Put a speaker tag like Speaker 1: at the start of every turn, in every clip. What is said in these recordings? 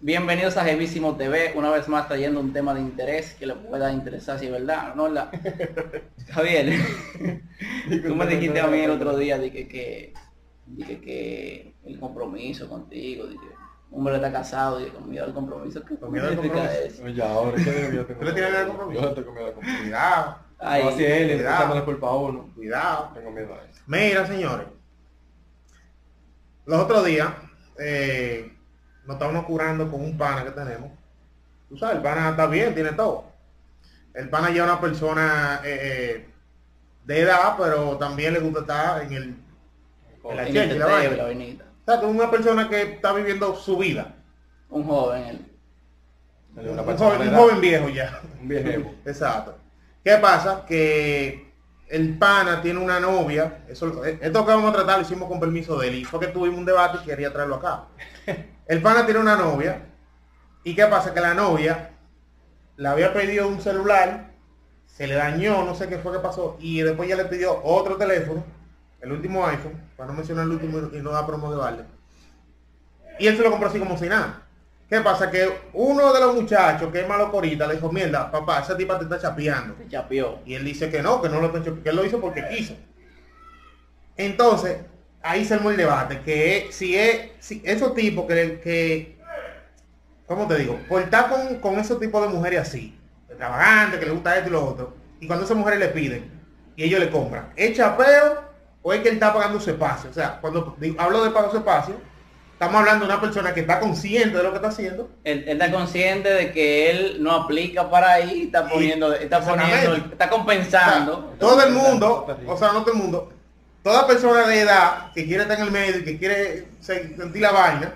Speaker 1: Bienvenidos a Jevísimo TV, una vez más trayendo un tema de interés que le pueda interesar si es verdad, ¿no? La... Javier, tú me dijiste a mí el otro día de que, que, de que, que el compromiso contigo, de que un hombre está casado y con miedo al compromiso, ¿qué
Speaker 2: Con miedo al
Speaker 1: significa
Speaker 2: compromiso.
Speaker 1: eso?
Speaker 3: Ya, ahora, ¿qué tengo miedo?
Speaker 2: ¿Tú le tienes miedo al compromiso?
Speaker 3: Yo le tengo miedo al compromiso.
Speaker 2: Cuidado,
Speaker 3: No,
Speaker 1: Ay,
Speaker 3: así es, le
Speaker 2: cuidado.
Speaker 3: estamos la culpa a uno.
Speaker 2: cuidado.
Speaker 3: Tengo miedo a eso.
Speaker 2: Mira, señores. Los otros días eh, nos estábamos curando con un pana que tenemos. Tú sabes, el pana está bien, tiene todo. El pana ya es una persona eh, eh, de edad, pero también le gusta estar en el...
Speaker 1: en
Speaker 2: la
Speaker 1: el
Speaker 2: cheche, la
Speaker 1: teteo,
Speaker 2: vaina.
Speaker 1: la vainita.
Speaker 2: O sea, que una persona que está viviendo su vida.
Speaker 1: Un joven, él.
Speaker 3: Una
Speaker 2: Un
Speaker 3: persona
Speaker 2: joven,
Speaker 3: de
Speaker 2: un
Speaker 3: edad,
Speaker 2: joven viejo ya.
Speaker 3: Un viejo.
Speaker 2: Exacto. ¿Qué pasa? Que el pana tiene una novia. Eso, esto que vamos a tratar lo hicimos con permiso de él. Y fue que tuvimos un debate y quería traerlo acá. El pana tiene una novia. ¿Y qué pasa? Que la novia le había pedido un celular. Se le dañó, no sé qué fue que pasó. Y después ya le pidió otro teléfono. El último iPhone. Para no mencionar el último y no da promo de balde. Y él se lo compró así como si nada. ¿Qué pasa? Que uno de los muchachos, que es malo corita, le dijo, mierda, papá, esa tipa te está chapeando.
Speaker 1: Se chapeó.
Speaker 2: Y él dice que no, que no lo está chapeando, que él lo hizo porque quiso. Entonces, ahí se armó el debate, que es- si es, si esos tipos que, que ¿cómo te digo? Por estar con, con esos tipos de mujeres así, extravagantes, que le gusta esto y lo otro, y cuando esas mujeres le piden, y ellos le compran, ¿es chapeo o es que él está pagando su espacio? O sea, cuando digo- hablo de pagar su espacio, estamos hablando de una persona que está consciente de lo que está haciendo,
Speaker 1: Él, él está consciente de que él no aplica para ahí, está
Speaker 2: Y-
Speaker 1: poniendo, está poniendo,
Speaker 2: exactamente.
Speaker 1: está
Speaker 2: O sea,
Speaker 1: compensando.
Speaker 2: todo el
Speaker 3: Está
Speaker 2: mundo,
Speaker 3: compensando.
Speaker 2: o sea, no todo el mundo, toda persona de edad que quiere estar en el medio y que quiere se- sentir la vaina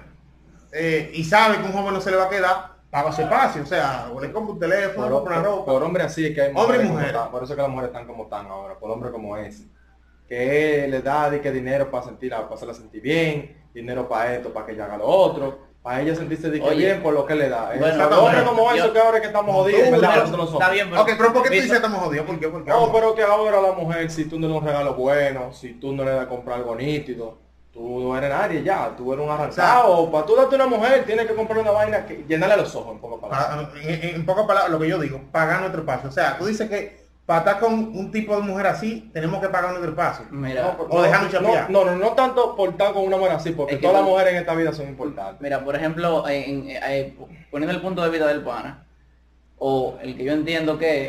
Speaker 2: eh, y sabe que un joven no se le va a quedar, paga su espacio, o sea, o le compra un teléfono,
Speaker 3: Por,
Speaker 2: compra una
Speaker 3: por,
Speaker 2: ropa.
Speaker 3: por hombre así es que hay mujeres
Speaker 2: Hombre y
Speaker 3: como
Speaker 2: mujer.
Speaker 3: tan- por eso es que las mujeres están como están ahora, por hombre como ese. Que le da de que dinero para sentir, para hacerla sentir bien, dinero para esto, para que ella haga lo otro, para ella sentirse de que
Speaker 1: Oye.
Speaker 3: bien por lo que le da.
Speaker 1: Bueno,
Speaker 3: Exactamente
Speaker 1: bueno,
Speaker 3: como eso
Speaker 1: yo-
Speaker 3: que ahora es que estamos jodidos,
Speaker 2: Tú,
Speaker 3: ¿verdad?
Speaker 2: pero-
Speaker 3: Nosotros no somos.
Speaker 1: Está bien, pero,
Speaker 2: ok, pero ¿por qué tú dices
Speaker 1: Visa-
Speaker 2: estamos jodidos? ¿Por qué? Porque
Speaker 3: No,
Speaker 2: vamos.
Speaker 3: pero que ahora la mujer, si tú no le das un regalo bueno, si tú no le das a comprar algo nítido, tú no eres nadie ya, tú eres un arrancado. Para tú darte una mujer, tienes que comprar una vaina que llenarle los ojos en pocas palabras.
Speaker 2: Pa- en, en- en pocas palabras, lo que yo digo, pagar nuestro espacio. O sea, tú dices que para estar con un tipo de mujer así, tenemos que pagar nuestro espacio.
Speaker 1: Mira,
Speaker 3: No,
Speaker 2: o
Speaker 3: no,
Speaker 2: dejarnos
Speaker 3: no,
Speaker 2: chapear.
Speaker 3: No, no, no tanto por estar con una mujer así, porque
Speaker 1: Es que
Speaker 3: todas las
Speaker 1: no-
Speaker 3: mujeres en esta vida son importantes.
Speaker 1: Mira, por ejemplo, en- en- eh, poniendo el punto de vista del pana, o el que yo entiendo que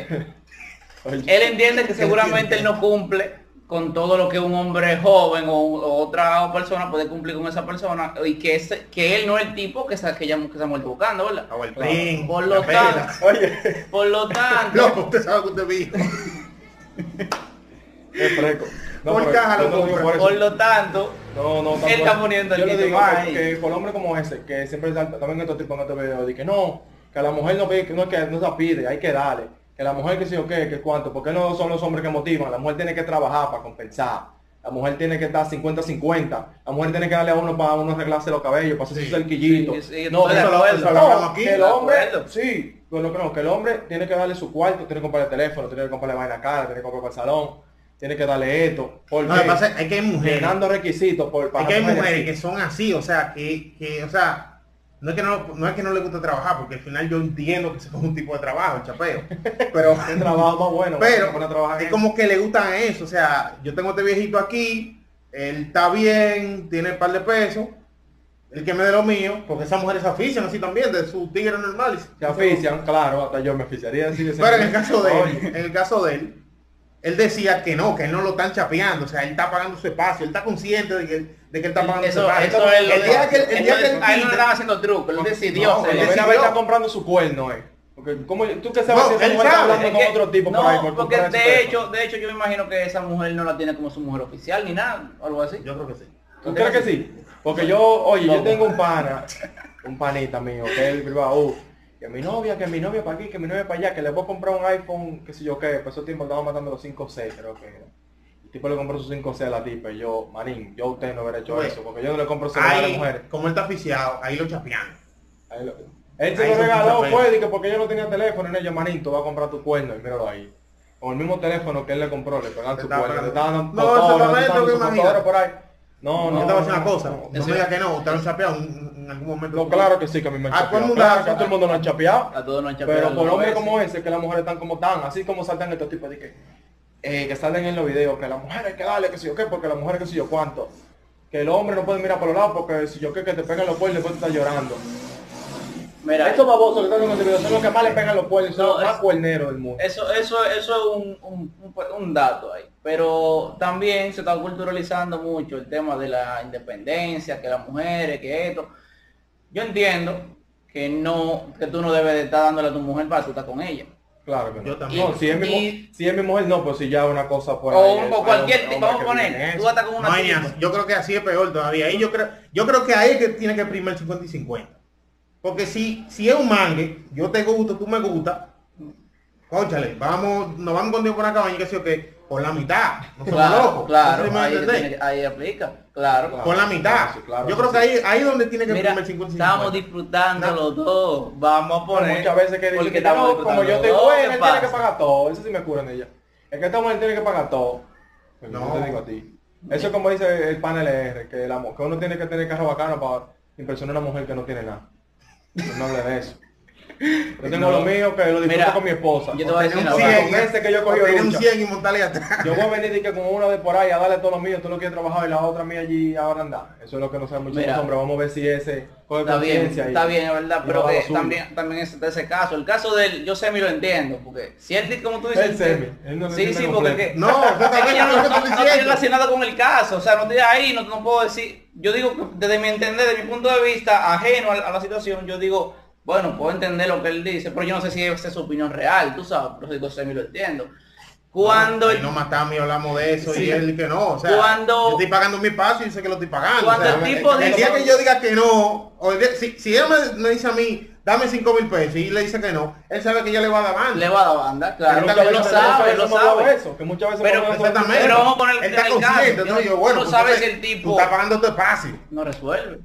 Speaker 1: es, él entiende que seguramente él no cumple con todo lo que un hombre joven o, o otra persona puede cumplir con esa persona y que ese- que él no es el tipo que se, que ya, que se ha muerto buscando, ¿verdad?
Speaker 2: Agua el tren,
Speaker 1: Por
Speaker 2: la
Speaker 1: lo
Speaker 2: pela.
Speaker 1: tanto,
Speaker 3: Oye,
Speaker 1: por lo tanto,
Speaker 2: Loco, usted sabe que usted vino.
Speaker 3: qué fresco.
Speaker 2: Por
Speaker 3: pero
Speaker 2: caja
Speaker 3: yo
Speaker 2: lo
Speaker 3: no digo
Speaker 2: compra.
Speaker 3: por eso.
Speaker 1: por lo tanto,
Speaker 3: No, no,
Speaker 1: Él está
Speaker 3: tampoco.
Speaker 1: poniendo el
Speaker 3: Yo le
Speaker 1: quito
Speaker 3: digo
Speaker 1: más ahí.
Speaker 3: que, que por hombre como ese, que siempre está- también estos tipos en estos videos, de que no, que a la mujer no pide, que no es que no se la pide, hay que darle. Que la mujer que sí o qué, que cuánto, porque no son los hombres que motivan, la mujer tiene que trabajar para compensar. La mujer tiene que estar 50-50. La mujer tiene que darle a uno para uno arreglarse los cabellos, para hacerse
Speaker 2: Sí.
Speaker 3: su cerquillito.
Speaker 1: Sí, sí,
Speaker 3: no,
Speaker 1: estoy de
Speaker 3: eso lo-
Speaker 1: acuerdo.
Speaker 3: eso lo
Speaker 2: No,
Speaker 3: hablamos
Speaker 2: aquí,
Speaker 3: que el
Speaker 1: de
Speaker 3: hombre,
Speaker 1: acuerdo.
Speaker 3: sí, bueno, creo que el hombre tiene que darle su cuarto, tiene que comprarle teléfono, tiene que comprarle vaina cara, tiene que comprarle el salón, tiene que darle esto. Porque
Speaker 2: No, lo que pasa es que hay mujeres.
Speaker 3: llenando requisitos por
Speaker 2: Es que hay mujeres
Speaker 3: así.
Speaker 2: que son así, o sea, que, que, o sea, no es que no, no es que no le gusta trabajar, porque al final yo entiendo que eso es un tipo de trabajo, el chapeo. Pero,
Speaker 3: Un trabajo más bueno se pone a
Speaker 2: pero
Speaker 3: trabajar
Speaker 2: es
Speaker 3: en-
Speaker 2: como que le gustan eso, o sea, yo tengo este viejito aquí, él está bien, tiene un par de pesos, el que me dé lo mío, porque esas mujeres se afician así también, de su tigre normal.
Speaker 3: se afician claro hasta yo me aficiaría así de
Speaker 2: Pero en el caso de él,
Speaker 3: Oye,
Speaker 2: en el caso de él, él decía que no, que él no lo están chapeando, o sea, él está pagando su espacio, él está consciente de que, de que él está pagando su
Speaker 1: eso,
Speaker 2: espacio.
Speaker 1: eso es lo
Speaker 2: el día que él- el día que él
Speaker 1: a él no le
Speaker 2: quite-
Speaker 1: están haciendo truco, él decidió
Speaker 2: No,
Speaker 3: cuando
Speaker 1: hacerlo.
Speaker 2: él
Speaker 3: ven a
Speaker 2: decidió.
Speaker 3: ver, está comprando su cuerno eh porque como tú que sabes
Speaker 2: No,
Speaker 3: si esa
Speaker 2: él
Speaker 3: mujer está
Speaker 2: sabe,
Speaker 3: hablando
Speaker 1: Es
Speaker 3: con
Speaker 1: que-
Speaker 3: otro tipo
Speaker 1: no,
Speaker 3: por ahí por
Speaker 1: porque
Speaker 3: comprar su
Speaker 1: de
Speaker 3: teléfono?
Speaker 1: hecho, de hecho yo me imagino que esa mujer no la tiene como su mujer oficial ni nada, o algo así.
Speaker 2: Yo creo que sí.
Speaker 3: ¿Tú crees que sí? Porque yo, oye,
Speaker 1: No.
Speaker 3: yo tengo un pana, un panita mío, que él privado, "Uh, que mi novia, que mi novia para aquí, que mi novia para allá, que le voy a comprar un iPhone, qué sé yo qué, por ese tiempo estaba matando los 5C, creo que era. El tipo le compró sus 5C a la tipa y yo, manín, yo a usted no hubiera hecho
Speaker 2: Oye,
Speaker 3: eso, porque yo no le compro celular a las
Speaker 2: Ahí,
Speaker 3: mujeres.
Speaker 2: como él está aficiado, ahí lo chapean.
Speaker 3: Ahí lo- Él se
Speaker 2: ahí
Speaker 3: lo
Speaker 2: son
Speaker 3: regaló,
Speaker 2: muchas
Speaker 3: fue, dije, porque yo no tenía teléfono, y ella, manín, tú vas a comprar tu cuerno, y míralo ahí. Con el mismo teléfono que él le compró, le pegan
Speaker 2: Te
Speaker 3: su
Speaker 2: estaba
Speaker 3: cuerno, le
Speaker 2: pegando.
Speaker 3: estaban dando
Speaker 2: No, ese
Speaker 3: fotógrafos,
Speaker 2: papel
Speaker 3: le estaban
Speaker 2: tengo que
Speaker 3: dando su fotógrafo
Speaker 2: imaginar.
Speaker 3: por ahí. No, no.
Speaker 2: yo te voy a decir una
Speaker 3: no,
Speaker 2: cosa.
Speaker 3: no.
Speaker 2: No,
Speaker 1: Eso-
Speaker 2: diga que no, usted lo chapea un- en algún momento.
Speaker 3: No, claro que sí, que a mí me han
Speaker 2: Ah,
Speaker 3: chapeado.
Speaker 2: ¿cómo
Speaker 3: Claro
Speaker 2: la-
Speaker 3: que a todo el mundo lo han chapeado.
Speaker 1: A todos nos han Ah, chapeado
Speaker 3: Pero por
Speaker 1: alguna
Speaker 3: hombres
Speaker 1: vez.
Speaker 3: como ese, que las mujeres están como están, así como saltan estos tipos de que, eh, que salen en los videos, que las mujeres que dale, que si yo qué, porque las mujeres que si yo cuánto. Que el hombre no puede mirar por los lados porque si yo qué, que te pegan los puertos y después tú estás llorando.
Speaker 1: Mira,
Speaker 3: Estos babosos que están en este video son los que más le pegan los puertos, son
Speaker 1: No,
Speaker 3: los más
Speaker 1: es-
Speaker 3: cuerneros del mundo.
Speaker 1: Eso, eso, eso es un, un- un- un dato ahí. Pero también se está culturalizando mucho el tema de la independencia, que las mujeres, que esto. Yo entiendo que no, que tú no debes de estar dándole a tu mujer para tú estar con ella.
Speaker 3: Claro que no.
Speaker 2: Yo también.
Speaker 3: No, si es, mi, mu-
Speaker 1: Y-
Speaker 3: si es mi mujer, no, pues si ya es una cosa por
Speaker 1: o
Speaker 3: ahí,
Speaker 1: un-
Speaker 3: hay
Speaker 1: o cualquier
Speaker 3: hombres-
Speaker 1: tipo, vamos a
Speaker 3: hombres que viven
Speaker 1: poner,
Speaker 3: eso.
Speaker 1: tú vas a estar con
Speaker 2: No
Speaker 1: una
Speaker 2: hay ni
Speaker 1: tipa.
Speaker 2: as- yo creo que así es peor todavía. Ahí yo creo, yo creo que ahí es que tiene que primar el 50 y 50. Porque si, si es un mangue, yo te gusto, tú me gusta, cónchale, vamos, nos vamos contigo por una cabaña que sí o qué, por la mitad, no somos
Speaker 1: Claro,
Speaker 2: locos.
Speaker 1: claro,
Speaker 2: No sé si me
Speaker 1: ahí,
Speaker 2: entendés.
Speaker 1: tiene que- ahí aplica, claro.
Speaker 3: Claro.
Speaker 2: Por la mitad.
Speaker 3: Sí, claro,
Speaker 2: yo
Speaker 3: sí,
Speaker 2: creo que
Speaker 3: sí.
Speaker 2: ahí, ahí es donde tiene que
Speaker 1: Mira,
Speaker 2: primar el 50 y 50.
Speaker 1: estamos disfrutando
Speaker 2: No.
Speaker 1: los dos. Vamos a poner.
Speaker 3: muchas veces que
Speaker 1: porque
Speaker 3: dicen,
Speaker 1: estamos
Speaker 3: no, como
Speaker 1: disfrutando
Speaker 3: yo estoy
Speaker 1: los dos,
Speaker 3: buena,
Speaker 1: ¿qué
Speaker 3: él tiene
Speaker 1: pasa?
Speaker 3: que pagar todo. Eso sí me curan ella. Es que esta mujer tiene que pagar todo. Pero yo no.
Speaker 2: No.
Speaker 3: te digo a ti. Eso es como dice el panel R, que, la, mu- que uno tiene que tener carro bacano para impresionar a una mujer que no tiene nada. Yo no hable de eso. Yo tengo lo mío que lo disfruto
Speaker 1: Mira,
Speaker 3: con mi esposa.
Speaker 1: yo te voy a decir
Speaker 2: Un
Speaker 1: una
Speaker 3: Con
Speaker 2: 100,
Speaker 3: este que yo cogí
Speaker 2: tener un
Speaker 3: lucha.
Speaker 2: 100 y montarle atrás.
Speaker 3: Yo voy a venir y que con una de por ahí a darle todo lo mío, tú lo quieres trabajar y la otra mía allí ahora anda. Eso es lo que no saben muchos
Speaker 1: Mira.
Speaker 3: hombres. Vamos a ver si ese coge
Speaker 1: Está bien,
Speaker 3: conciencia y-
Speaker 1: está bien, es verdad,
Speaker 3: y
Speaker 1: pero
Speaker 3: va a lo
Speaker 1: que
Speaker 3: suyo.
Speaker 1: también, también es de ese caso. El caso del yo semi lo entiendo, porque si él, di- como tú dices,
Speaker 3: El semi, él no lo
Speaker 1: sí,
Speaker 3: entiende
Speaker 1: sí, porque
Speaker 3: completo.
Speaker 1: que-
Speaker 2: No, exactamente,
Speaker 1: es que
Speaker 2: no es lo que estoy
Speaker 1: no estoy
Speaker 2: diciendo.
Speaker 1: relacionado con el caso, o sea, no estoy ahí, no, no puedo decir, yo digo, que desde mi entender, desde mi punto de vista, ajeno a, a la situación, yo digo, bueno, puedo entender lo que él dice, pero yo no sé si esa es su opinión real, tú sabes, pero si yo semi lo entiendo. Cuando
Speaker 2: Ahí
Speaker 1: el
Speaker 2: no matamos y hablamos de eso
Speaker 1: Sí.
Speaker 2: y él que no. O sea,
Speaker 1: Cuando-
Speaker 2: yo estoy pagando mi paso y sé que lo estoy pagando.
Speaker 1: Cuando
Speaker 2: o sea,
Speaker 1: el tipo
Speaker 2: el
Speaker 1: dice-
Speaker 2: día que yo diga que no, o el día- si, si él me, me dice a mí, dame 5 mil pesos y le dice que no, él sabe que yo le voy a dar más.
Speaker 1: le va a la banda, claro,
Speaker 2: Pero
Speaker 3: Muchas
Speaker 2: que
Speaker 1: pero lo
Speaker 3: veces
Speaker 2: no
Speaker 3: nosotros
Speaker 1: sabe, lo
Speaker 3: hemos hablado
Speaker 1: sabe.
Speaker 3: eso, que muchas veces
Speaker 1: Pero-
Speaker 3: hemos hablado eso.
Speaker 2: Exactamente.
Speaker 1: Pero vamos a poner
Speaker 2: Él está
Speaker 1: en el caso.
Speaker 2: consciente. Entonces
Speaker 1: Yo-
Speaker 2: yo, bueno,
Speaker 1: tú
Speaker 2: pues,
Speaker 1: sabes
Speaker 2: entonces,
Speaker 1: el tipo-
Speaker 2: Tú estás pagando este pase.
Speaker 1: no resuelve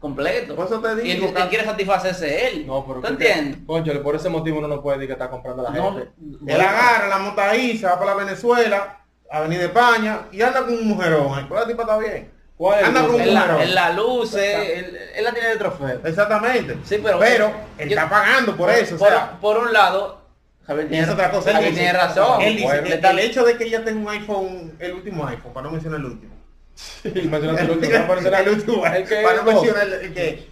Speaker 1: completo
Speaker 2: Por eso te
Speaker 1: y el
Speaker 2: digo,
Speaker 1: que quiere satisfacerse él
Speaker 3: No, pero
Speaker 1: ¿tú
Speaker 3: que-
Speaker 1: entiendes?
Speaker 3: Conchole, por ese motivo uno no puede decir que está comprando a la
Speaker 1: No,
Speaker 3: gente.
Speaker 2: Él agarra la monta ahí, se va para la Venezuela, a venir de España y anda con un mujerón. ahí. Pero la tipa está bien.
Speaker 3: ¿Cuál es el
Speaker 2: Anda con un
Speaker 1: él la, él
Speaker 2: mujerón.
Speaker 1: la luce él, él la tiene de trofeo
Speaker 2: Exactamente.
Speaker 1: Sí, pero-
Speaker 2: él
Speaker 1: yo-
Speaker 2: está pagando por eso. O
Speaker 1: por,
Speaker 2: sea,
Speaker 1: por un lado Javier
Speaker 2: Y es
Speaker 1: tiene,
Speaker 2: otra cosa.
Speaker 1: Javier tiene razón
Speaker 2: Él dice,
Speaker 1: Bueno,
Speaker 2: el,
Speaker 1: le está-
Speaker 2: el hecho de que ella tenga un iPhone, el último iPhone, para no mencionar el último.
Speaker 3: Y mencionaste el
Speaker 2: El
Speaker 3: último, no mencionaste
Speaker 2: el último,
Speaker 3: el que-
Speaker 2: para no mencionar el, el que.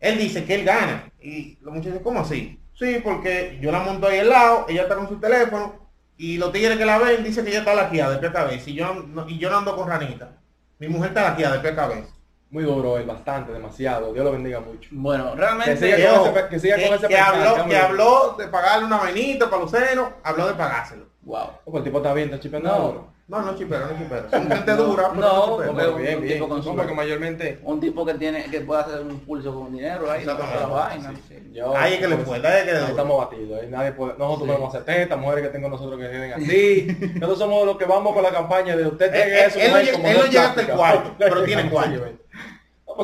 Speaker 2: Él dice que él gana. Y los muchachos, ¿cómo así? Sí, porque yo la monto ahí al lado, ella está con su teléfono, y los tigres que la ven dicen que ella está laqueada de pie a cabeza. Y yo no, y yo no ando con ranita. Mi mujer está laqueada de pie a cabeza.
Speaker 3: Muy duro él, bastante, demasiado. Dios lo bendiga mucho.
Speaker 1: bueno
Speaker 3: Que siga
Speaker 1: realmente
Speaker 3: con
Speaker 2: Yo,
Speaker 3: ese pe- que siga con ese pensar,
Speaker 2: habló,
Speaker 3: cambio.
Speaker 2: que habló de pagarle una vainita para los senos, habló de pagárselo.
Speaker 1: wow
Speaker 3: Porque el tipo está bien, está chipeando.
Speaker 1: No.
Speaker 3: duro.
Speaker 2: No, no chipero, no chipero. Son gente
Speaker 1: No,
Speaker 2: dura, pero
Speaker 1: no,
Speaker 2: no, chipero.
Speaker 1: porque-
Speaker 3: bien,
Speaker 1: un
Speaker 3: bien.
Speaker 1: tipo con
Speaker 3: No,
Speaker 1: su-
Speaker 3: porque mayormente...
Speaker 1: un tipo que tiene que puede hacer un pulso con dinero ahí no,
Speaker 2: Exactamente.
Speaker 1: la vaina sí.
Speaker 3: Yo,
Speaker 2: Ahí es que le
Speaker 3: pues,
Speaker 2: puede, ahí es que le
Speaker 3: ahí
Speaker 2: duele.
Speaker 3: estamos batidos. ahí Nadie puede, nosotros
Speaker 1: Sí.
Speaker 3: tenemos 70 mujeres que tengo nosotros que vienen así. Nosotros somos los que vamos con la campaña de usted
Speaker 2: Él-
Speaker 3: tiene
Speaker 2: él-
Speaker 3: eso.
Speaker 2: Eh, él no llega- él no llega hasta el cuarto, pero tiene cuarto.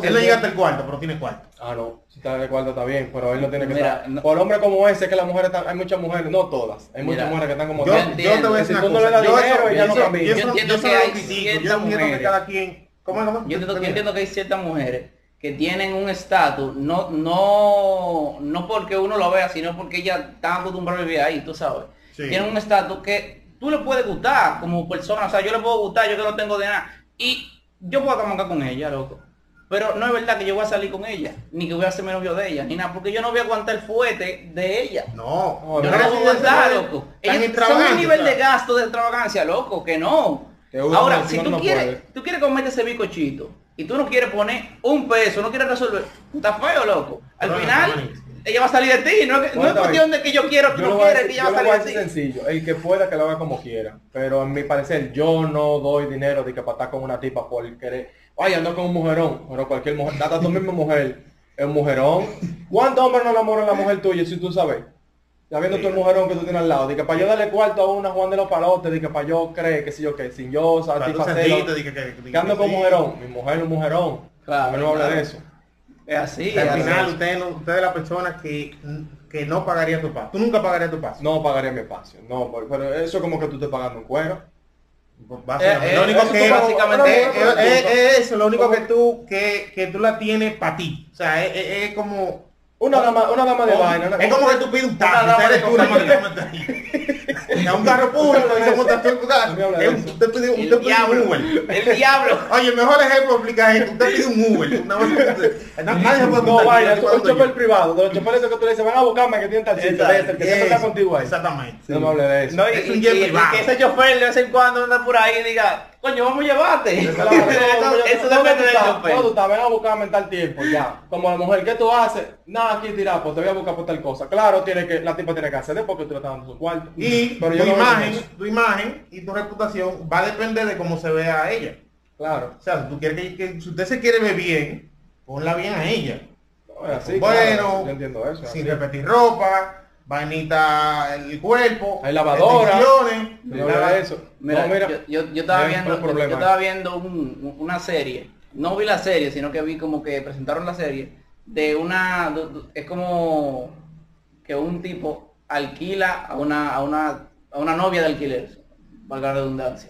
Speaker 2: Él no llega hasta
Speaker 3: el
Speaker 2: el cuarto, pero tiene cuarto.
Speaker 3: Ah, no, si está de cuarto está bien, pero él no tiene que
Speaker 1: Mira,
Speaker 3: estar.
Speaker 1: no-
Speaker 3: Por hombres como ese, que las mujeres están, hay muchas mujeres, no todas, hay
Speaker 1: Mira,
Speaker 3: muchas mujeres que están como
Speaker 1: Yo
Speaker 2: Yo, yo
Speaker 3: tal.
Speaker 2: te
Speaker 1: entiendo.
Speaker 2: voy a
Speaker 3: Si
Speaker 2: decir
Speaker 3: tú
Speaker 2: una
Speaker 3: no le das
Speaker 2: cosa. Yo
Speaker 3: dinero,
Speaker 2: eso-
Speaker 3: ella no
Speaker 2: yo-
Speaker 3: cambia.
Speaker 2: yo
Speaker 1: Yo
Speaker 2: eso-
Speaker 1: entiendo
Speaker 2: yo eso
Speaker 1: que
Speaker 2: lo
Speaker 1: hay
Speaker 2: critico,
Speaker 1: ciertas
Speaker 2: Yo entiendo que
Speaker 1: mujeres.
Speaker 2: cada quien... ¿Cómo, cómo?
Speaker 1: Yo entiendo, yo
Speaker 2: Termina.
Speaker 1: entiendo que hay ciertas mujeres que tienen un estatus, no, no, no porque uno lo vea, sino porque ellas están acostumbradas a vivir ahí, tú sabes.
Speaker 2: Sí.
Speaker 1: Tienen un estatus que tú le puedes gustar como persona, o sea, yo le puedo gustar, yo que no tengo de nada. Y yo puedo acamancar con ella, loco. Pero no es verdad que yo voy a salir con ella, ni que voy a hacerme novio de ella, ni nada, porque yo no voy a aguantar el fuete de ella.
Speaker 2: No,
Speaker 1: Yo
Speaker 3: Pero
Speaker 1: no
Speaker 3: ahora
Speaker 1: lo voy a
Speaker 2: así de
Speaker 1: aguantar,
Speaker 2: ser-
Speaker 1: loco.
Speaker 2: tan
Speaker 1: Ellos son
Speaker 2: extravagante,
Speaker 1: un nivel de
Speaker 2: ¿sabes?
Speaker 1: gasto de extravagancia, loco, que no.
Speaker 3: Que uno
Speaker 1: Ahora,
Speaker 3: no-
Speaker 1: si
Speaker 3: uno
Speaker 1: tú
Speaker 3: no puede.
Speaker 1: quieres, tú quieres comerte ese bicochito y tú no quieres poner un peso, no quieres resolver, tú estás feo, loco. Al
Speaker 2: Bueno,
Speaker 1: final,
Speaker 2: bueno.
Speaker 1: ella va a salir de ti, no, es que- no es
Speaker 3: Bueno,
Speaker 1: cuestión de que yo quiero, tú
Speaker 3: Yo lo
Speaker 1: no
Speaker 3: voy a
Speaker 1: quieres, que
Speaker 3: decir-
Speaker 1: ella
Speaker 3: yo
Speaker 1: va a
Speaker 3: lo voy a
Speaker 1: salir de
Speaker 3: decir
Speaker 1: ti.
Speaker 3: sencillo, el que pueda que lo haga como quiera, pero a mi parecer yo no doy dinero de que para estar con una tipa por querer, ay ando con un mujerón, pero cualquier mujer, data tu misma mujer, es un mujerón, ¿cuántos hombres no enamoran a la mujer tuya si tú sabes? Ya viendo tú el mujerón que tú tienes al lado, de que para yo darle cuarto a una Juan de los Palotes, de que para yo creer, que si yo que sin yo
Speaker 2: Para tú
Speaker 3: satisfacerlo,
Speaker 2: sentirte, dije que- dije
Speaker 3: que ando
Speaker 2: que
Speaker 3: con
Speaker 2: sí.
Speaker 3: mujerón, mi mujer es un mujerón,
Speaker 1: Claro,
Speaker 3: a mí no habla
Speaker 1: claro.
Speaker 3: de eso.
Speaker 1: Es así,
Speaker 2: Que
Speaker 1: es
Speaker 2: Al
Speaker 1: así.
Speaker 2: final, usted, no- usted es la persona que, que no pagaría tu paso. Tú nunca pagarías tu paso.
Speaker 3: No pagaría mi espacio, no, pero- pero eso es como que tú estés pagando un cuero.
Speaker 2: Básicamente.
Speaker 1: Eh,
Speaker 2: lo
Speaker 1: eh,
Speaker 2: único
Speaker 1: eso
Speaker 2: que
Speaker 1: tú Oh. básicamente-
Speaker 2: eh, eh, eh, eh, eso, lo único
Speaker 3: Como-
Speaker 2: que tú que, que tú la tienes para ti. O sea, es, es- es como
Speaker 3: Una dama, una dama de
Speaker 2: como-
Speaker 3: vaina. una-
Speaker 2: Oh, es como que tú pides un taxi,
Speaker 1: dama
Speaker 2: o sea,
Speaker 1: de
Speaker 2: eres tú la que
Speaker 1: compañía.
Speaker 2: te montas ahí. A un carro público y se monta tú en tu carro.
Speaker 3: No me habla de
Speaker 2: Es un-
Speaker 3: eso.
Speaker 2: Usted pide
Speaker 1: El
Speaker 2: usted pide un
Speaker 1: diablo.
Speaker 2: Uber.
Speaker 1: El diablo.
Speaker 2: Oye, el mejor ejemplo explica esto. Usted pide un Uber. Una- Nadie se puede
Speaker 3: No,
Speaker 2: montar
Speaker 3: vaina,
Speaker 2: aquí,
Speaker 3: es
Speaker 2: yo
Speaker 3: un
Speaker 2: estoy
Speaker 3: chofer privado, de los choferes que tú le dices, van a buscarme que tienen taxista, de ese, el que siempre está contigo ahí.
Speaker 2: Exactamente.
Speaker 3: No me hable de eso.
Speaker 1: No, y,
Speaker 2: Es un
Speaker 1: y-
Speaker 2: jet
Speaker 1: y- y
Speaker 2: privado.
Speaker 1: que ese chofer de vez en cuando anda por ahí y diga, coño, vamos a llevarte.
Speaker 3: Claro, no,
Speaker 1: eso
Speaker 3: yo-
Speaker 1: eso
Speaker 3: ¿dónde
Speaker 1: depende
Speaker 3: tú
Speaker 1: del
Speaker 3: estás?
Speaker 1: chofer.
Speaker 3: ¿Dónde tú estás? Ven a buscarme en tal tiempo, ya. Como la mujer, ¿qué tú haces? Nada, aquí tirar, pues te voy a buscar por tal cosa. Claro, tiene que, la tipa tiene que hacer porque tú le estás dando su cuarto.
Speaker 2: Y
Speaker 3: Pero yo
Speaker 2: tu
Speaker 3: no veo
Speaker 2: imagen,
Speaker 3: eso.
Speaker 2: tu imagen y tu reputación va a depender de cómo se vea a ella.
Speaker 3: Claro.
Speaker 2: O sea, si tú quieres que, que- si usted se quiere ver bien, ponla bien a ella.
Speaker 3: No, es así,
Speaker 2: bueno,
Speaker 3: claro, yo entiendo eso. es
Speaker 2: sin
Speaker 3: así.
Speaker 2: repetir ropa, vainita el cuerpo,
Speaker 3: Hay lavadora.
Speaker 2: extensiones.
Speaker 3: Yo no veo eso.
Speaker 1: Mira,
Speaker 3: no, mira.
Speaker 1: Yo, yo- yo estaba
Speaker 3: Ven,
Speaker 1: viendo,
Speaker 3: ¿cuál
Speaker 1: yo,
Speaker 3: problema
Speaker 1: yo
Speaker 3: es?
Speaker 1: estaba viendo un- una serie, no vi la serie, sino que vi como que presentaron la serie de una, du- du- es como que un tipo alquila a una, a una, a una novia de alquiler, valga la redundancia.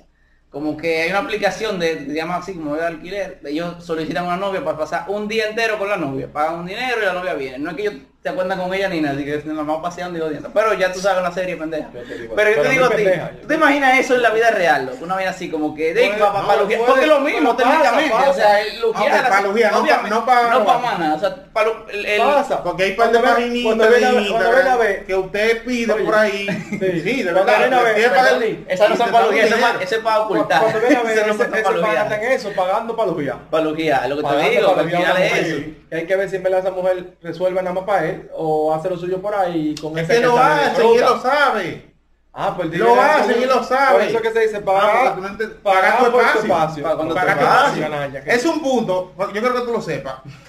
Speaker 1: Como que hay una aplicación de, se llama así como de alquiler, ellos solicitan una novia para pasar un día entero con la novia, pagan un dinero y la novia viene. No es que ellos se acuerdan con ella ni nada, así que se la van paseando y odiando. Pero ya tú sabes una serie pendeja.
Speaker 3: Yo te digo,
Speaker 1: Pero yo te
Speaker 3: pero
Speaker 1: digo a
Speaker 3: muy
Speaker 1: ti,
Speaker 3: pendeja, yo
Speaker 1: ¿tú
Speaker 3: te
Speaker 1: te imaginas eso en la vida real? loco? Una vaina así como que de
Speaker 3: Puede,
Speaker 1: pa- pa-
Speaker 3: no,
Speaker 1: pa' lujear,
Speaker 3: puede,
Speaker 1: porque es lo mismo
Speaker 3: pero pasa,
Speaker 1: técnicamente, o
Speaker 3: pasa.
Speaker 1: sea, el lujear
Speaker 2: Aunque pa'
Speaker 1: así,
Speaker 2: lujear, no pa-
Speaker 1: obviamente,
Speaker 2: no pa-
Speaker 1: no pa' mana, o sea, pa' lu- el- el-
Speaker 3: Pasa.
Speaker 2: Porque hay par de
Speaker 3: Cuando ven- cuando
Speaker 2: paginitas
Speaker 3: ven
Speaker 2: de
Speaker 3: a ver- cuando ven a
Speaker 2: Instagram
Speaker 3: ver-
Speaker 2: que usted pide
Speaker 3: Oye.
Speaker 2: por ahí.
Speaker 3: Sí.
Speaker 2: Sí, de
Speaker 3: Cuando
Speaker 2: verdad.
Speaker 3: ven a ver-
Speaker 2: usted
Speaker 3: perdón,
Speaker 2: paga el-
Speaker 1: Esas no
Speaker 2: y
Speaker 1: son
Speaker 2: te
Speaker 1: para
Speaker 2: dan un
Speaker 1: lujear, eso es
Speaker 2: dinero.
Speaker 1: pa- eso es para ocultar.
Speaker 3: Cuando ven a ver,
Speaker 1: Eso no
Speaker 3: ese-
Speaker 1: son
Speaker 3: ese
Speaker 1: pa' lujear.
Speaker 3: pana está en eso, pagando para lujear.
Speaker 1: Para lujear, lo que te
Speaker 3: Pagando
Speaker 1: digo,
Speaker 3: para
Speaker 1: al
Speaker 3: lujear a
Speaker 1: final
Speaker 3: una
Speaker 1: es
Speaker 3: mujer.
Speaker 1: eso.
Speaker 3: Y hay que ver si en verdad esa mujer resuelve nada más para él o hace lo suyo por ahí. Con
Speaker 2: Es
Speaker 3: ese
Speaker 2: que lo
Speaker 3: sale de
Speaker 2: hacen y él
Speaker 3: fruta.
Speaker 2: lo sabe.
Speaker 3: Ah, pues el
Speaker 2: Lo
Speaker 3: dinero es
Speaker 2: hacen
Speaker 3: como-
Speaker 2: y lo saben.
Speaker 3: Por eso que se dice
Speaker 2: Ah,
Speaker 3: pagar,
Speaker 2: porque tú no entiendes.
Speaker 3: pagar
Speaker 2: Pagar
Speaker 3: por
Speaker 2: tu
Speaker 3: tu
Speaker 2: espacio.
Speaker 3: espacio.
Speaker 1: Pagar cuando
Speaker 3: Pagar
Speaker 1: te
Speaker 3: tu
Speaker 1: vas.
Speaker 3: espacio, canalla, que-
Speaker 2: Es un punto, yo creo que tú lo sepas,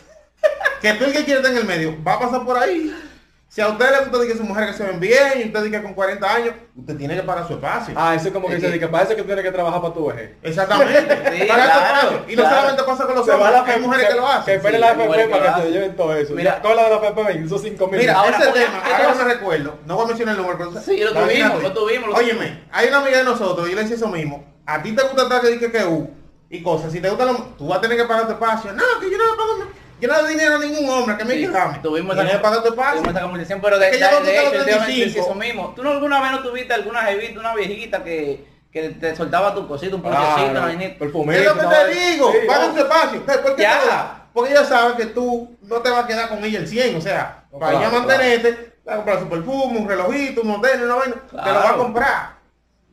Speaker 2: que tú el que quiere estar en el medio va a pasar por ahí. Si a usted le gusta de que su mujer que se ven bien y usted dice que con 40 años, usted tiene que pagar su espacio.
Speaker 3: Ah, eso es como que
Speaker 1: Es
Speaker 3: dice
Speaker 1: que-
Speaker 3: que para eso es que tú tienes que trabajar para tu vejez.
Speaker 2: Exactamente.
Speaker 1: Sí,
Speaker 2: Pagar su
Speaker 1: claro,
Speaker 2: espacio. Y no
Speaker 1: claro.
Speaker 2: solamente pasa con los
Speaker 3: Se va
Speaker 2: hombres,
Speaker 3: la
Speaker 2: hay
Speaker 3: FP,
Speaker 2: mujeres que lo
Speaker 3: Que
Speaker 2: hacen.
Speaker 3: espere
Speaker 1: sí,
Speaker 3: la
Speaker 1: hay mujeres
Speaker 3: FP
Speaker 1: que
Speaker 3: para
Speaker 1: lo
Speaker 3: que se
Speaker 1: hacen.
Speaker 3: lleven todo eso.
Speaker 1: Mira,
Speaker 3: Mira, toda la de la FP, ven, esos 5 mil.
Speaker 2: Mira,
Speaker 1: Ahora,
Speaker 2: ese
Speaker 1: ¿qué
Speaker 2: tema,
Speaker 1: cosa?
Speaker 2: ahora no recuerdo, no voy a mencionar el nombre, pero...
Speaker 1: Sí, lo tuvimos,
Speaker 2: Imagínate.
Speaker 1: lo tuvimos, lo
Speaker 2: Óyeme, hay una amiga de nosotros, yo le hice eso mismo, a ti te gusta estar que dije que u y cosas, si te gusta lo... Tú vas a tener que pagar tu espacio. No, que yo no le pago... Yo no le doy dinero a ningún hombre, que me
Speaker 1: Sí,
Speaker 2: quejame.
Speaker 1: Tuvimos
Speaker 2: Yo no le pago tu
Speaker 1: tuvimos
Speaker 2: espacio.
Speaker 1: esta conversación, pero de,
Speaker 2: Es que ya
Speaker 1: de-
Speaker 2: cuando
Speaker 1: de
Speaker 2: tú
Speaker 1: hecho,
Speaker 2: estás a los
Speaker 1: efectivamente,
Speaker 2: 35.
Speaker 1: es eso mismo. ¿Tú no alguna vez no tuviste alguna jevita, una viejita que, que te soltaba tu cosita, un ponchecito, una vainita?
Speaker 3: perfumito.
Speaker 2: Es lo que te digo,
Speaker 3: eh, Sí,
Speaker 2: paga
Speaker 3: no.
Speaker 2: tu espacio. ¿Sabes por qué
Speaker 1: Ya.
Speaker 2: te lo da? Porque ella sabe que tú no te vas a quedar con ella el 100, o sea,
Speaker 3: No,
Speaker 2: para
Speaker 3: claro,
Speaker 2: ella mantenerte, te va a comprar su perfume, un relojito, un modelo, una vaina, te lo va a
Speaker 1: Claro.
Speaker 2: comprar.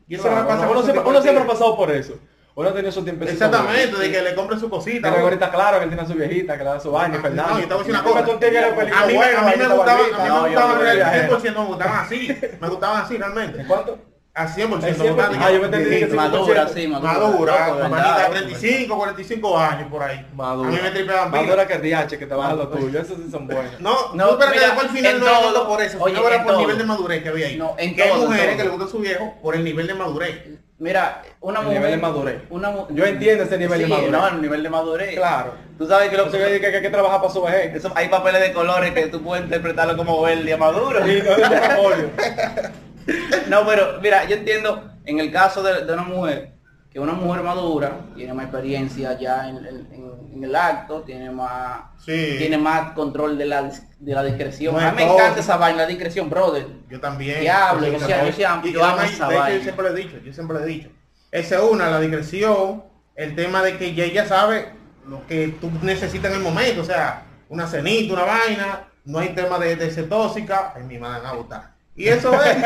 Speaker 2: Y eso
Speaker 3: Claro,
Speaker 2: me pasa
Speaker 3: uno,
Speaker 2: con
Speaker 3: siempre, uno
Speaker 2: ese tipo de
Speaker 3: siempre ha pasado por eso. Uno ha tenido esos tiempecitos.
Speaker 2: Exactamente, de
Speaker 3: buenos.
Speaker 2: que le compre su cosita.
Speaker 3: Tiene
Speaker 2: ¿no?
Speaker 3: ahorita claro que él tiene a su viejita, que le da su baño,
Speaker 2: Ah,
Speaker 3: Fernando.
Speaker 2: No, yo te voy a decir una
Speaker 3: Tú metes
Speaker 2: cosa.
Speaker 3: un tigre de pelito
Speaker 2: A mí, me-
Speaker 3: bueno,
Speaker 2: a mí me
Speaker 3: vainita,
Speaker 2: gustaban, a mí
Speaker 3: barbita.
Speaker 2: me
Speaker 3: No, yo
Speaker 2: gustaban
Speaker 3: no
Speaker 2: real-
Speaker 3: viajé.
Speaker 2: 100%, me gustaban así, me gustaban así realmente.
Speaker 3: ¿En cuánto?
Speaker 2: A 100%.
Speaker 3: El 100%.
Speaker 2: me
Speaker 3: Ah, yo me entendí que
Speaker 2: gustaban.
Speaker 1: Madura,
Speaker 3: 100%.
Speaker 1: sí, madura.
Speaker 2: Madura,
Speaker 1: loco,
Speaker 2: hermanita,
Speaker 1: ¿verdad?
Speaker 2: 35, 45 años por ahí.
Speaker 3: Madura.
Speaker 2: A mí me tripeaban pila.
Speaker 3: Madura que DH, que te baja lo tuyo. Esos sí son buenos.
Speaker 2: No,
Speaker 1: No,
Speaker 2: no, pero
Speaker 1: mira,
Speaker 2: que al final
Speaker 1: en
Speaker 2: no era
Speaker 1: todo,
Speaker 2: solo por eso,
Speaker 1: oye,
Speaker 2: sino era
Speaker 1: en
Speaker 2: por el
Speaker 1: todo.
Speaker 2: nivel de madurez que había ahí.
Speaker 1: No, en
Speaker 2: que hay
Speaker 1: todo, en
Speaker 2: mujeres
Speaker 1: todo.
Speaker 2: que le gusta su viejo por el nivel de madurez.
Speaker 1: Mira, una
Speaker 3: El
Speaker 1: mujer...
Speaker 3: nivel de madurez.
Speaker 1: Una, mu-
Speaker 3: Yo entiendo ese nivel de
Speaker 1: Sí,
Speaker 3: madurez.
Speaker 1: no, el nivel de madurez.
Speaker 3: Claro.
Speaker 1: Tú sabes que lo
Speaker 3: Entonces, que, que, que, que trabaja para su vejez.
Speaker 1: eso- hay papeles de colores que tú puedes interpretarlo como verde maduro.
Speaker 3: Y no es un monopolio.
Speaker 1: No, pero mira, yo entiendo en el caso de, de una mujer, que una mujer madura tiene más experiencia ya en, en- en- en el acto, tiene más
Speaker 2: Sí.
Speaker 1: tiene más control de la, dis- de la discreción.
Speaker 2: No,
Speaker 1: a mí me
Speaker 2: todo.
Speaker 1: encanta esa vaina, la discreción, brother.
Speaker 2: Yo también.
Speaker 1: Diablo, yo
Speaker 2: Yo
Speaker 1: sea- yo sea-
Speaker 2: también.
Speaker 1: yo
Speaker 2: Y
Speaker 1: amo
Speaker 2: además,
Speaker 1: esa
Speaker 2: de hecho, Yo
Speaker 1: vaina.
Speaker 2: siempre lo he dicho, yo siempre lo he dicho. Esa es una, la digresión, el tema de que ya ella sabe lo que tú necesitas en el momento, o sea, una cenita, una vaina, no hay tema de, de ser tóxica, en mi madre a votar. Y eso es,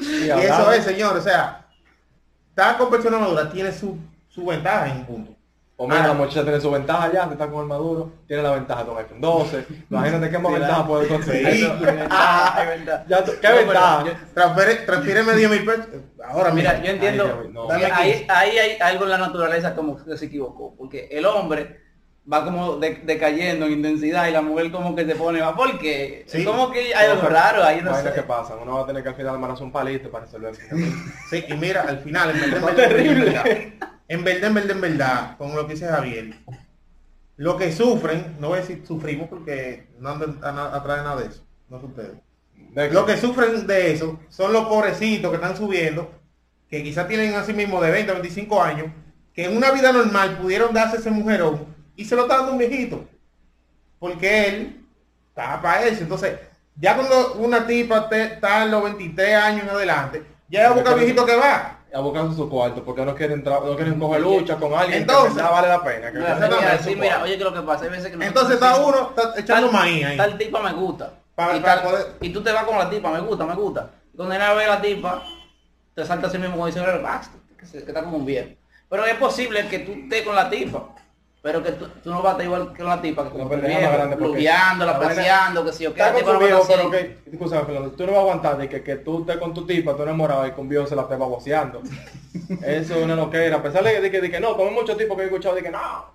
Speaker 2: y eso es, señor, o sea, estar con personas maduras tiene su, su ventaja en un punto.
Speaker 3: O mira,
Speaker 2: Ah.
Speaker 3: la muchacha tiene su ventaja ya, está con el maduro, tiene la ventaja con iPhone 12. Imagínate qué más
Speaker 1: Sí,
Speaker 3: ventaja
Speaker 1: ¿verdad?
Speaker 3: puede
Speaker 2: Sí.
Speaker 3: conseguir.
Speaker 1: Ah, es verdad.
Speaker 3: Ya tú- ¿Qué
Speaker 1: No, pero
Speaker 3: ventaja?
Speaker 1: yo-
Speaker 2: Ah, Transfiere, transfíreme 10 mil pesos. Ahora
Speaker 1: Mira,
Speaker 2: mira.
Speaker 1: yo entiendo,
Speaker 3: Ay, no, no.
Speaker 1: que ahí, ahí hay algo en la naturaleza como que se equivocó, porque el hombre va como de- decayendo en intensidad y la mujer como que se pone más, porque
Speaker 2: Sí.
Speaker 1: como que hay algo
Speaker 3: Cosas-
Speaker 1: raro ahí, no
Speaker 3: vainas
Speaker 1: sé.
Speaker 3: que pasan. Uno va a tener que al final amarrarse un palito para resolver.
Speaker 2: Sí, y mira, al final, en verdad, en verdad,
Speaker 3: Terrible.
Speaker 2: en verdad, en verdad, en verdad, en verdad, con lo que dice Javier, lo que sufren, no voy a decir sufrimos porque no andan a na- atrás de nada de eso, no sé ustedes.
Speaker 3: De-
Speaker 2: Lo que sufren de eso son los pobrecitos que están subiendo, que quizás tienen así mismo de 20 a 25 años, que en una vida normal pudieron darse ese mujerón y se lo está dando un viejito. Porque él está para eso. Entonces, ya cuando una tipa te- está a los 23 años en adelante, ya es boca viejito que va.
Speaker 3: a buscar su cuarto porque no quieren entrar, no quieren coger lucha con alguien.
Speaker 2: Entonces-
Speaker 3: que en verdad vale la pena. que
Speaker 1: Mira,
Speaker 3: en verdad
Speaker 1: mira,
Speaker 3: es su
Speaker 1: sí, mira,
Speaker 3: cuarto.
Speaker 1: oye, que lo que pasa, hay veces que nosotros
Speaker 2: Entonces está
Speaker 1: decimos,
Speaker 2: uno está echando maíz ahí.
Speaker 1: Tal tipa me gusta.
Speaker 2: Para-
Speaker 1: y,
Speaker 2: para
Speaker 1: tal-
Speaker 2: poder-
Speaker 1: y tú te vas con la tipa, me gusta, me gusta. Y cuando viene a ver a la tipa, te salta así mismo como dice, basta, que, se- que está como un viejo. Pero es posible que tú estés con la tipa, pero que tú, tú no vas a estar igual que con la tipa, que
Speaker 3: La
Speaker 1: con tu
Speaker 3: pendeja más grande,
Speaker 1: viejo,
Speaker 3: porque
Speaker 1: plugueándola,
Speaker 3: la vaina-
Speaker 1: paseando, que si yo qué,
Speaker 3: Está
Speaker 1: la
Speaker 3: con
Speaker 1: tipa
Speaker 3: su
Speaker 1: no va a
Speaker 3: viejo,
Speaker 1: estar
Speaker 3: pero
Speaker 1: así.
Speaker 3: que, discúlpame, Fernando, tú no vas a aguantar de que, que tú estés con tu tipa, tú enamorado y con viejo se la estés baboseando. Eso es una loquera. A pesar de que, de que, de que no, como hay muchos tipos que he escuchado de que no,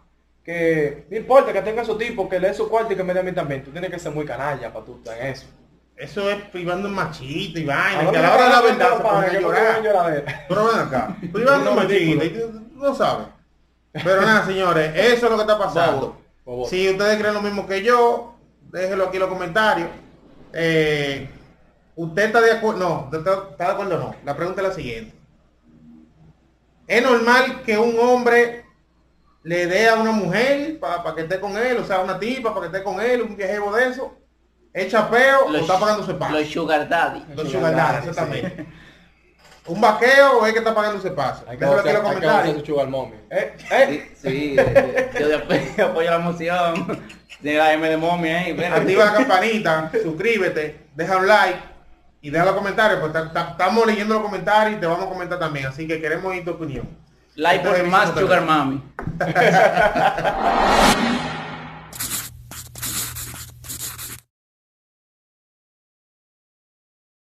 Speaker 3: que no importa que tenga su tipo, que le dé su cuarto y que me dé a mí también. Tú tienes que ser muy canalla para tú estar en eso.
Speaker 2: Eso es privando un machito y
Speaker 3: ¿A
Speaker 2: vaina.
Speaker 3: dónde
Speaker 2: Que a la hora de la
Speaker 3: está
Speaker 2: verdad se
Speaker 3: papá?
Speaker 2: ponen a
Speaker 3: ¿Qué por qué
Speaker 2: llorar.
Speaker 3: no lloradera?
Speaker 2: Pero ven acá, tú ibas
Speaker 3: No,
Speaker 2: con
Speaker 3: ridículo.
Speaker 2: machita y tú tú no sabes. Pero nada, señores, eso es lo que está pasando.
Speaker 3: Bobo, bobo.
Speaker 2: Si ustedes creen lo mismo que yo, déjenlo aquí en los comentarios. Eh, ¿Usted está de acuerdo? No, ¿usted está, está de acuerdo o no? La pregunta es la siguiente. ¿Es normal que un hombre le dé a una mujer para que esté con él? O sea, una tipa para que esté con él, un viejevo de eso. ¿Es chapeo o
Speaker 1: Los-
Speaker 2: está pagando su espacio?
Speaker 1: Los sugar daddy.
Speaker 2: Los
Speaker 3: Sugar
Speaker 2: sugar daddy,
Speaker 3: daddy,
Speaker 2: exactamente. ¿Un vaqueo o es que está pagando ese paso?
Speaker 3: Hay que
Speaker 2: Déjalo aquí en
Speaker 3: babosear-
Speaker 2: los
Speaker 3: hay que babosear su
Speaker 2: comentarios.
Speaker 3: sugar mommy.
Speaker 2: Eh, eh,
Speaker 1: Sí, sí, eh, yo de apoyo, apoyo la emoción. De la M de momia, eh, ahí, espérate.
Speaker 2: Activa la campanita, suscríbete, deja un like y deja los comentarios, porque ta- ta- estamos leyendo los comentarios y te vamos a comentar también, así que queremos oír tu opinión.
Speaker 3: Este
Speaker 1: Like por
Speaker 2: Entonces,
Speaker 1: más
Speaker 2: nosotros-
Speaker 1: sugar mami.